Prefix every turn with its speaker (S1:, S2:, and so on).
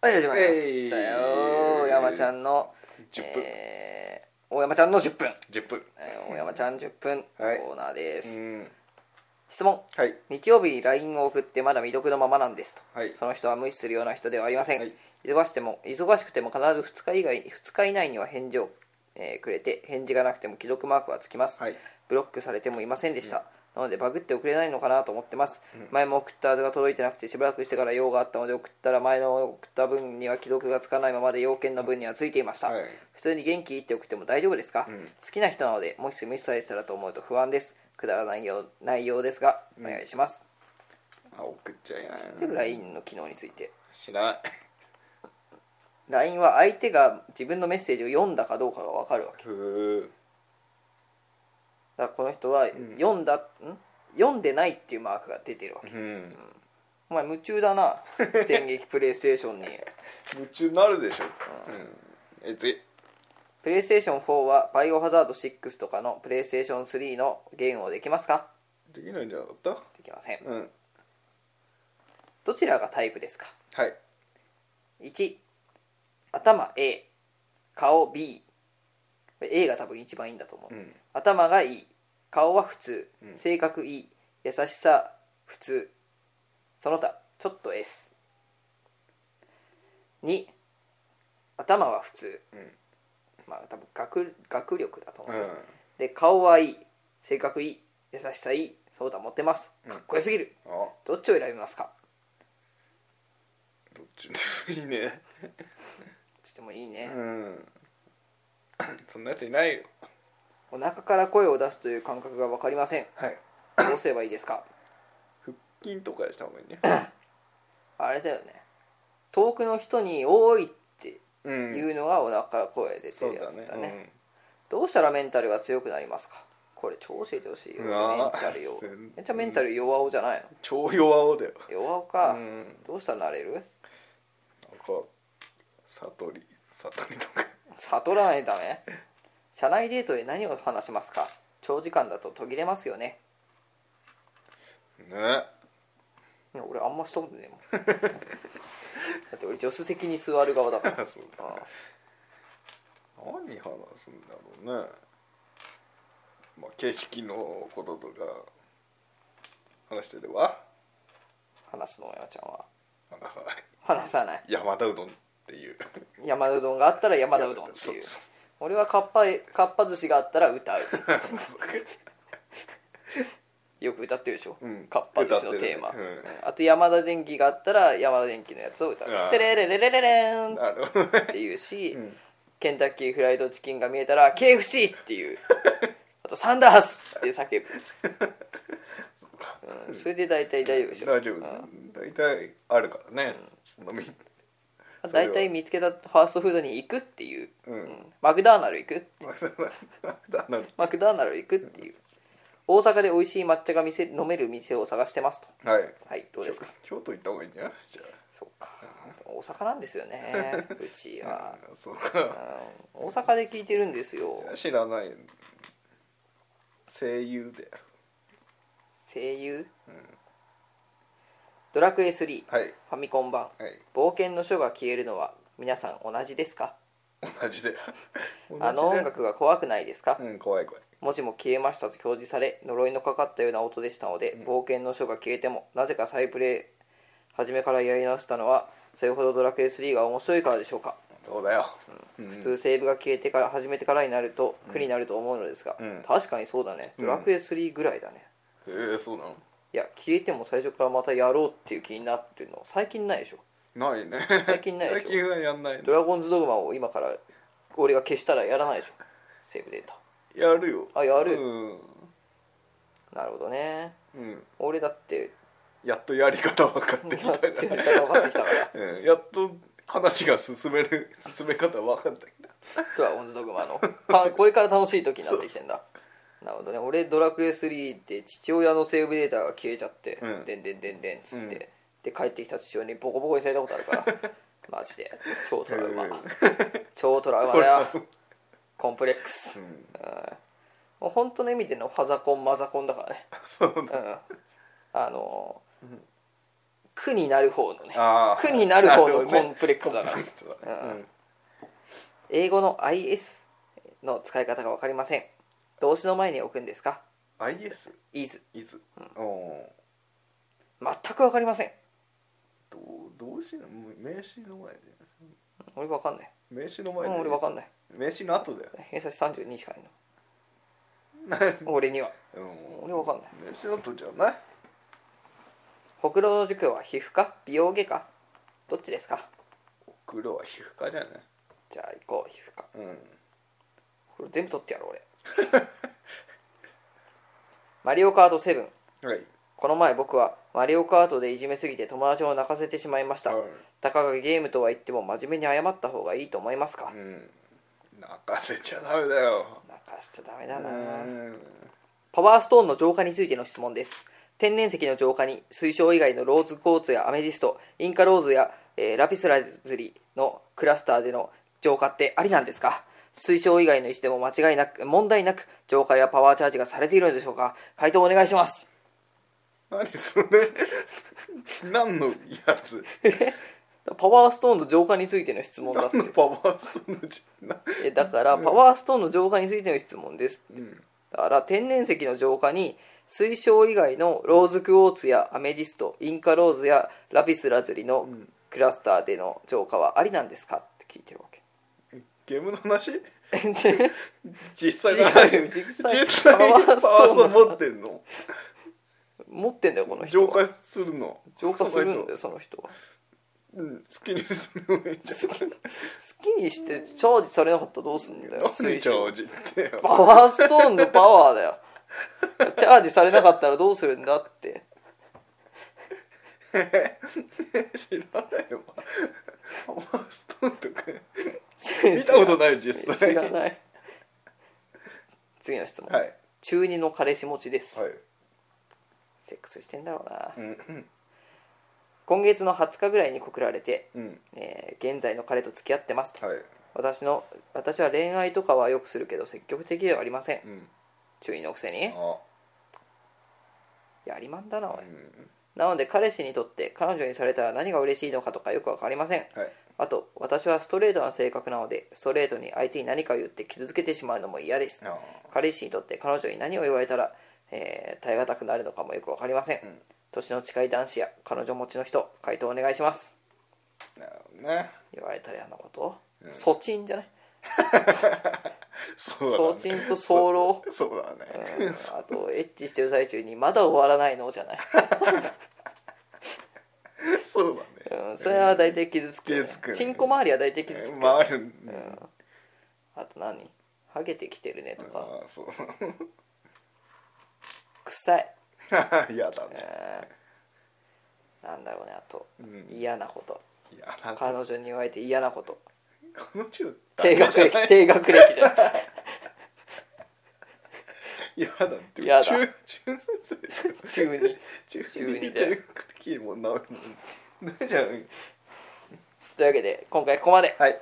S1: はい始まりましたよ
S2: えい
S1: 大山ちゃんの
S2: 10分
S1: えー大山ちゃんの10分
S2: 10分
S1: えー大山ちゃん10分コ
S2: はい
S1: ーナーです、
S2: うん
S1: 質問
S2: はい
S1: 日曜日に LINE を送ってまだ未読のままなんですと、
S2: はい
S1: その人は無視するような人ではありません、
S2: はい
S1: 忙しても忙しくても必ず2日以外2日以内には返事を、えーくれて返事がなくても既読マークはつきます、
S2: はい
S1: ブロックされてもいませんでした、なのでバグって送れないのかなと思ってます、前も送ったはずが届いてなくてしばらくしてから用があったので送ったら前の送った分には既読がつかないままで要件の分にはついていました、
S2: はい
S1: 普通に元気って送っても大丈夫ですか、
S2: うん
S1: 好きな人なのでもし無視されてたらと思うと不安ですくだらないよう内容ですがお願いします、
S2: あ送っちゃいない
S1: で LINE の機能について
S2: 知らない
S1: LINE は相手が自分のメッセージを読んだかどうかが分かるわけ
S2: ふう
S1: だからこの人は
S2: ん
S1: 読んだ、ん読んでないっていうマークが出てるわけ
S2: うん
S1: お前夢中だな電撃プレイステーシ ョンに
S2: 夢中になるでしょうんえ次
S1: プレイステーション4はバイオハザード6とかのプレイステーション3のゲームをできますか
S2: できないんじゃなかった
S1: できません
S2: うん
S1: どちらがタイプですか
S2: はい
S1: 1頭 A 顔 B A が多分一番いいんだと思う、
S2: うん
S1: 頭がいい顔は普通
S2: うん
S1: 性格いい優しさ普通その他ちょっと S2 頭は普通、
S2: うん
S1: まあ多分学学力だと思
S2: う
S1: う、
S2: ん
S1: で顔はいい性格いい優しさいいその他モテますかっこよすぎる、
S2: あ
S1: どっちを選びますか
S2: どっちもいいね
S1: してもいいね、
S2: うん そんなやついないよ
S1: お腹から声を出すという感覚が分かりません
S2: はい
S1: どうすればいいですか
S2: 腹筋とかした方 がいいね
S1: あれだよね遠くの人に「おーい!」って
S2: う
S1: いうのがお腹から声出て
S2: そ
S1: る
S2: う
S1: や
S2: だ
S1: つだね
S2: ねうん
S1: どうしたらメンタルが強くなりますかこれ超教えてほしいよ
S2: うわ
S1: メンタルよ
S2: すん
S1: めっちゃメンタル弱おじゃないの
S2: 超弱青だよ
S1: 弱お
S2: う
S1: か、
S2: ん
S1: どうしたらなれる
S2: なんか悟り悟りとか
S1: 悟らないとダメ社内デートで何を話しますか長時間だと途切れますよね
S2: ね
S1: いや俺あんましたことねえもんだって俺助手席に座る側だ から
S2: あそうだ
S1: ああ
S2: 何話すんだろうねまあ景色のこととか話してれば
S1: 話すの山ちゃんは
S2: 話さない
S1: 話さない
S2: 山田うどんっていう
S1: 山田うどんがあったら山田うどんって
S2: そ
S1: いうう
S2: そう
S1: 俺はかっぱかっぱ寿司があったら歌 うよく歌ってるでしょ、
S2: うん
S1: かっぱ寿司のテーマ、
S2: 歌ってるね
S1: うんあと山田電機があったら山田電機のやつを歌う「
S2: ああ
S1: テレレレレレレーン」っ
S2: なるほどね
S1: ていうし、
S2: うん
S1: ケンタッキーフライドチキンが見えたら KFC っていうあとサンダースって叫 ぶ、うん、それで大体大丈夫でしょ
S2: 大丈夫
S1: うん
S2: 大体あるからねそのみ
S1: あと大体見つけたファーストフードに行くっていう、
S2: うん
S1: マクダーナル行く
S2: だな
S1: マクダーナル行くっていう大阪で美味しい抹茶が店飲める店を探してますと
S2: はい
S1: はいどうですか
S2: 京都行った方がいいんじゃないじゃ
S1: そうか大阪なんですよ ねうち
S2: あ
S1: は、
S2: あそうか
S1: うん大阪で聞いてるんですよ
S2: 知らない声優で
S1: 声優、ドラクエ3、
S2: はい
S1: ファミコン版
S2: はい
S1: 冒険の書が消えるのは皆さん同じですか
S2: 同じで
S1: あの音楽が怖くないですか、
S2: うん怖い怖い
S1: 文字も消えましたと表示され呪いのかかったような音でしたので、冒険の書が消えてもなぜか再プレイ初めからやり直したのはそれほどドラクエ3が面白いからでしょうか、
S2: そうだよ
S1: 普通セーブが消えてから始めてからになると苦になると思うのですが、
S2: うん
S1: 確かにそうだねドラクエ3ぐらいだね、
S2: ええそうなの
S1: いや消えても最初からまたやろうっていう気になってるの最近ないでしょ
S2: ないね
S1: 最近ないでしょ
S2: 最近はやんない
S1: ド
S2: の
S1: ラゴンズドグマを今から俺が消したらやらないでしょセーブデー
S2: やるよ
S1: あやる
S2: うん
S1: タなるほどね
S2: うん
S1: 俺だって
S2: やっとやり方分かってき
S1: や
S2: た
S1: ってやり方分かってきたから
S2: うんやっと話が進める進め方分かっ たきた
S1: ドラゴンズドグマのたこれから楽しい時になってきてんだなるほどね俺ドラクエ3って父親のセーブデータが消えちゃって、
S2: うん
S1: でんでんでんでんっつって、
S2: うん
S1: で帰ってきた父親にボコボコにされたことあるから マジで超トラウマ、超トラウマだよコンプレックス、
S2: う
S1: うん、
S2: ん
S1: もう本当の意味でのファザコンマザコンだからね
S2: そうだ
S1: うんあのー苦になる方のね
S2: あー
S1: 苦になる方
S2: ほ
S1: の
S2: ど
S1: コ
S2: ね
S1: ンプレックスだから、
S2: コンプレックスだね
S1: うん
S2: うん
S1: 英語の IS の使い方が分かりません動詞の前に置くんですか
S2: IS
S1: is
S2: 伊豆お
S1: 全く分かりません
S2: ーどうどうしな名詞の前で
S1: 俺分かんない
S2: 名詞の
S1: う
S2: 前で
S1: ん俺分かんない
S2: 名詞の後だよ
S1: 偏差値32しかないの俺には
S2: うん
S1: 俺分かんない
S2: 名詞の後じゃない
S1: ほくろの塾は皮膚科美容外科どっちですか
S2: 黒は皮膚科じゃない
S1: じゃあ行こう皮膚科
S2: うん
S1: これ全部取ってやろう俺 マリオカート7
S2: はい
S1: この前僕はマリオカートでいじめすぎて友達を泣かせてしまいました、
S2: はい
S1: たかがゲームとは言っても真面目に謝った方がいいと思いますか、
S2: うん泣かせちゃダメだよ
S1: 泣かしちゃダメだな
S2: うん
S1: パワーストーンの浄化についての質問です天然石の浄化に水晶以外のローズコーツやアメジストインカローズや、えーラピスラズリのクラスターでの浄化ってありなんですか水晶以外の石でも間違いなく問題なく浄化やパワーチャージがされているのでしょうか回答お願いします
S2: 何それ 何のやつ
S1: パワーストーンの浄化についての質問だっ
S2: 何
S1: て
S2: のパワーストーンのじな
S1: えだからパワーストーンの浄化についての質問です
S2: うん
S1: だから天然石の浄化に水晶以外のローズクォーツやアメジストインカローズやラピスラズリの
S2: ん
S1: クラスターでの浄化はありなんですかって聞いてるわ け
S2: ゲームの話
S1: 違
S2: 実際の話
S1: う実際
S2: 実際にパワーストーン
S1: の
S2: 持ってんの
S1: 持ってんだよこの人
S2: 浄
S1: は
S2: 化するの
S1: 浄化するんだよその人は
S2: うん好きにするのいいじ
S1: 好きにしてチャージされなかったらどうすんだ
S2: ゃん
S1: よ
S2: 何
S1: 水
S2: ちゃ
S1: 晶
S2: うじって
S1: パ
S2: よ
S1: ワーストーンのパワーだよチャージされなかったらどうするんだって
S2: 知らない わパワーストーンとか見たことない実際
S1: 知らない次の質問、
S2: はい
S1: 中二の彼氏持ちです、
S2: はい
S1: セックスしてんだろうな、
S2: うん
S1: 今月の20日ぐらいに告られて、
S2: うん
S1: えー現在の彼と付き合ってますと、
S2: はい
S1: 私の私は恋愛とかはよくするけど積極的ではありません、
S2: うん
S1: 中二のくせに
S2: あ
S1: やりまんだなおい、
S2: うん
S1: なので彼氏にとって彼女にされたら何が嬉しいのかとかよく分かりません
S2: はい
S1: あと私はストレートな性格なのでストレートに相手に何かを言って傷つけてしまうのも嫌です
S2: ああ
S1: 彼氏にとって彼女に何を言われたら、えー耐え難くなるのかもよく分かりません、
S2: ん
S1: 年の近い男子や彼女持ちの人回答お願いします
S2: なるほどね
S1: 言われたら嫌なこと、ソチンじゃない
S2: そうだ
S1: ソチンと早漏
S2: そうだ
S1: うん
S2: ね
S1: あとエッチしてる最中にまだ終わらないのじゃない、
S2: そうだ
S1: う
S2: ね
S1: ん、それは大体傷つく,、
S2: 傷つくね
S1: チンコ周りは大体傷つく、
S2: 回るんだ
S1: あと何ハゲてきてるねとか、
S2: ああそう
S1: 臭い、
S2: 嫌だね
S1: うん、なんだろうねあと、
S2: ん
S1: 嫌なこと
S2: 嫌だ
S1: 彼女に言われて嫌なこと
S2: 彼女
S1: 低
S2: だけ
S1: 学
S2: じゃな
S1: 歴
S2: い
S1: 低学歴じゃない
S2: 嫌だって
S1: 嫌だ
S2: 中中世
S1: 中に
S2: 中
S1: 中二
S2: 二
S1: で
S2: でクッキーもなるじゃん
S1: というわけで今回ここまで
S2: はい